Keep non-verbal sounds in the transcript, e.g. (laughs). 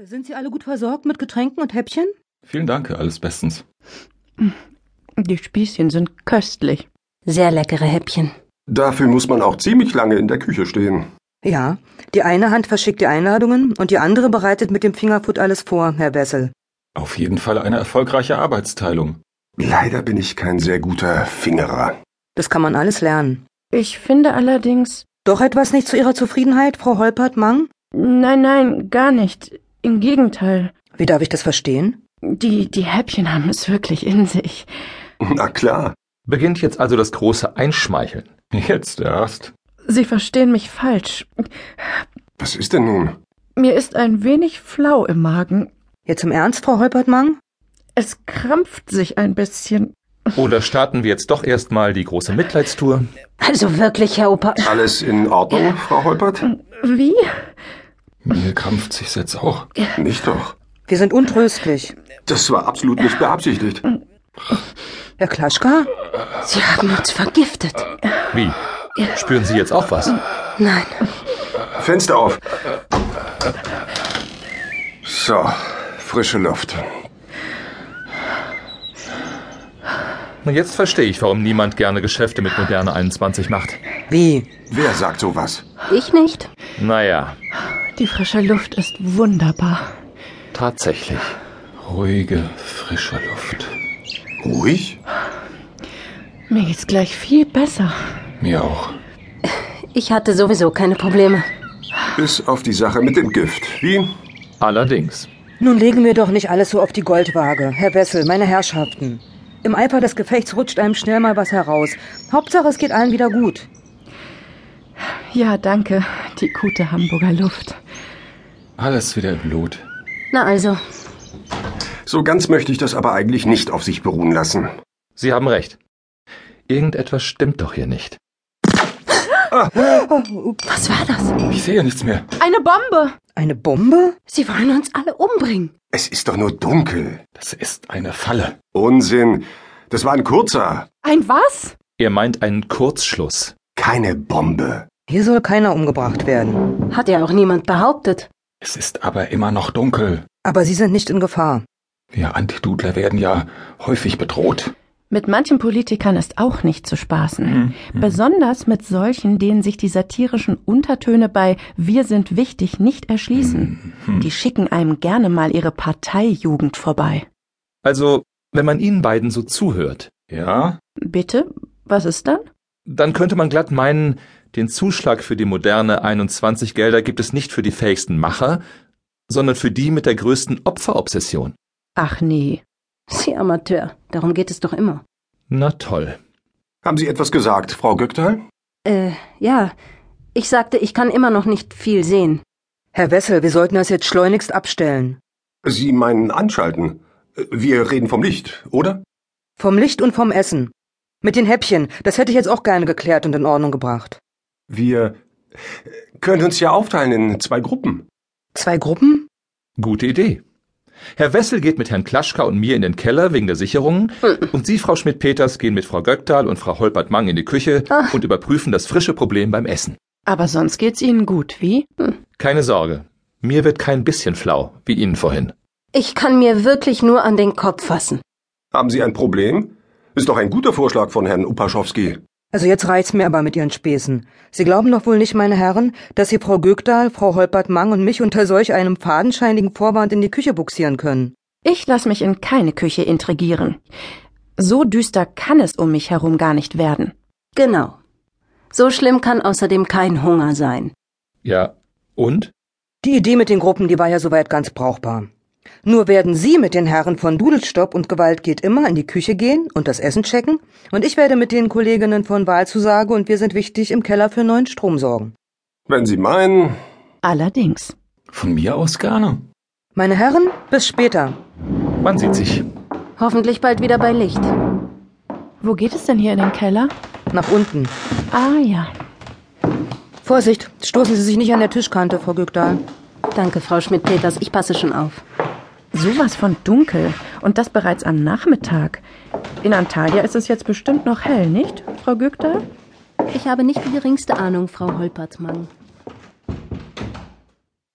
Sind Sie alle gut versorgt mit Getränken und Häppchen? Vielen Dank, alles bestens. Die Spießchen sind köstlich. Sehr leckere Häppchen. Dafür muss man auch ziemlich lange in der Küche stehen. Ja, die eine Hand verschickt die Einladungen und die andere bereitet mit dem Fingerfood alles vor, Herr Wessel. Auf jeden Fall eine erfolgreiche Arbeitsteilung. Leider bin ich kein sehr guter Fingerer. (laughs) Das kann man alles lernen. Ich finde allerdings. Doch etwas nicht zu Ihrer Zufriedenheit, Frau Holpert-Mang? Nein, nein, gar nicht. Im Gegenteil. Wie darf ich das verstehen? Die, die Häppchen haben es wirklich in sich. Na klar. Beginnt jetzt also das große Einschmeicheln. Jetzt erst. Sie verstehen mich falsch. Was ist denn nun? Mir ist ein wenig flau im Magen. Jetzt im Ernst, Frau Holpert-Mang? Es krampft sich ein bisschen. Oder starten wir jetzt doch erstmal die große Mitleidstour? Also wirklich, Herr Opa. Alles in Ordnung, Frau Holpert? Wie? Mir krampft sich's jetzt auch. Nicht doch. Wir sind untröstlich. Das war absolut nicht beabsichtigt. Herr Klaschka? Sie haben uns vergiftet. Wie? Spüren Sie jetzt auch was? Nein. Fenster auf. So, frische Luft. Na, Jetzt verstehe ich, warum niemand gerne Geschäfte mit Moderne 21 macht. Wie? Wer sagt sowas? Ich nicht. Naja, Die frische Luft ist wunderbar. tatsächlich. Ruhige, frische Luft. Ruhig? Mir geht's gleich viel besser. Mir auch. Ich hatte sowieso keine Probleme. Bis auf die Sache mit dem Gift. Wie? Allerdings. Nun legen wir doch nicht alles so auf die Goldwaage, Herr Wessel, meine Herrschaften. Im Eifer des Gefechts rutscht einem schnell mal was heraus. Hauptsache, es geht allen wieder gut. Ja, danke. Die gute Hamburger Luft. Alles wieder im Blut. Na also, So ganz möchte ich das aber eigentlich nicht auf sich beruhen lassen. Sie haben recht. Irgendetwas stimmt doch hier nicht. was war das? Ich sehe nichts mehr. Eine Bombe! Eine Bombe? Sie wollen uns alle umbringen. Es ist doch nur dunkel. Das ist eine Falle. Unsinn. Das war ein kurzer. Ein was? Ihr meint einen Kurzschluss. Keine Bombe. Hier soll keiner umgebracht werden. Hat ja auch niemand behauptet. Es ist aber immer noch dunkel. Aber Sie sind nicht in Gefahr. Wir Antidudler werden ja häufig bedroht. Mit manchen Politikern ist auch nicht zu spaßen. Besonders mit solchen, denen sich die satirischen Untertöne bei Wir sind wichtig nicht Mhm. erschließen. Hm, Die schicken einem gerne mal ihre Parteijugend vorbei. Also, wenn man Ihnen beiden so zuhört, Ja? Bitte? Was ist dann? dann könnte man glatt meinen, den Zuschlag für die moderne 21 Gelder gibt es nicht für die fähigsten Macher, sondern für die mit der größten Opferobsession. Ach nee. Sie Amateur. Darum geht es doch immer. Na toll. Haben Sie etwas gesagt, Frau Göcktal? Äh, ja. Ich sagte, ich kann immer noch nicht viel sehen. Herr Wessel, wir sollten das jetzt schleunigst abstellen. Sie meinen anschalten. Wir reden vom Licht, oder? Vom Licht und vom Essen. Mit den Häppchen, das hätte ich jetzt auch gerne geklärt und in Ordnung gebracht. Wir äh, können uns ja aufteilen in zwei Gruppen. Zwei Gruppen? Gute Idee. Herr Wessel geht mit Herrn Klaschka und mir in den Keller wegen der Sicherungen und Sie, Frau Schmidt-Peters, gehen mit Frau Göcktal und Frau Holpert-Mang in die Küche und überprüfen das frische Problem beim Essen. Aber sonst geht's Ihnen gut, wie? Keine Sorge, mir wird kein bisschen flau, wie Ihnen vorhin. Ich kann mir wirklich nur an den Kopf fassen. Haben Sie ein Problem? Ist doch ein guter Vorschlag von Herrn Upaschowski. Also jetzt reicht's mir aber mit Ihren Späßen. Sie glauben doch wohl nicht, meine Herren, dass Sie Frau Gögdahl, Frau Holpert-Mang und mich unter solch einem fadenscheinigen Vorwand in die Küche buxieren können. Ich lass mich in keine Küche intrigieren. So düster kann es um mich herum gar nicht werden. Genau. So schlimm kann außerdem kein Hunger sein. Ja, und? Die Idee mit den Gruppen, die war ja soweit ganz brauchbar. Nur werden Sie mit den Herren von Dudelstopp und Gewalt geht immer in die Küche gehen und das Essen checken, und ich werde mit den Kolleginnen von Wahlzusage und wir sind wichtig im Keller für neuen Strom sorgen. Wenn Sie meinen, Allerdings. Von mir aus gerne. Meine Herren, bis später. Man sieht sich. Hoffentlich bald wieder bei Licht. Wo geht es denn hier in den Keller? Nach unten. Ah ja. Vorsicht, stoßen Sie sich nicht an der Tischkante, Frau Gögdahl. Danke, Frau Schmidt-Peters. Ich passe schon auf. Sowas von dunkel. Und das bereits am Nachmittag. In Antalya ist es jetzt bestimmt noch hell, nicht, Frau Gökter? Ich habe nicht die geringste Ahnung, Frau Holpertmann.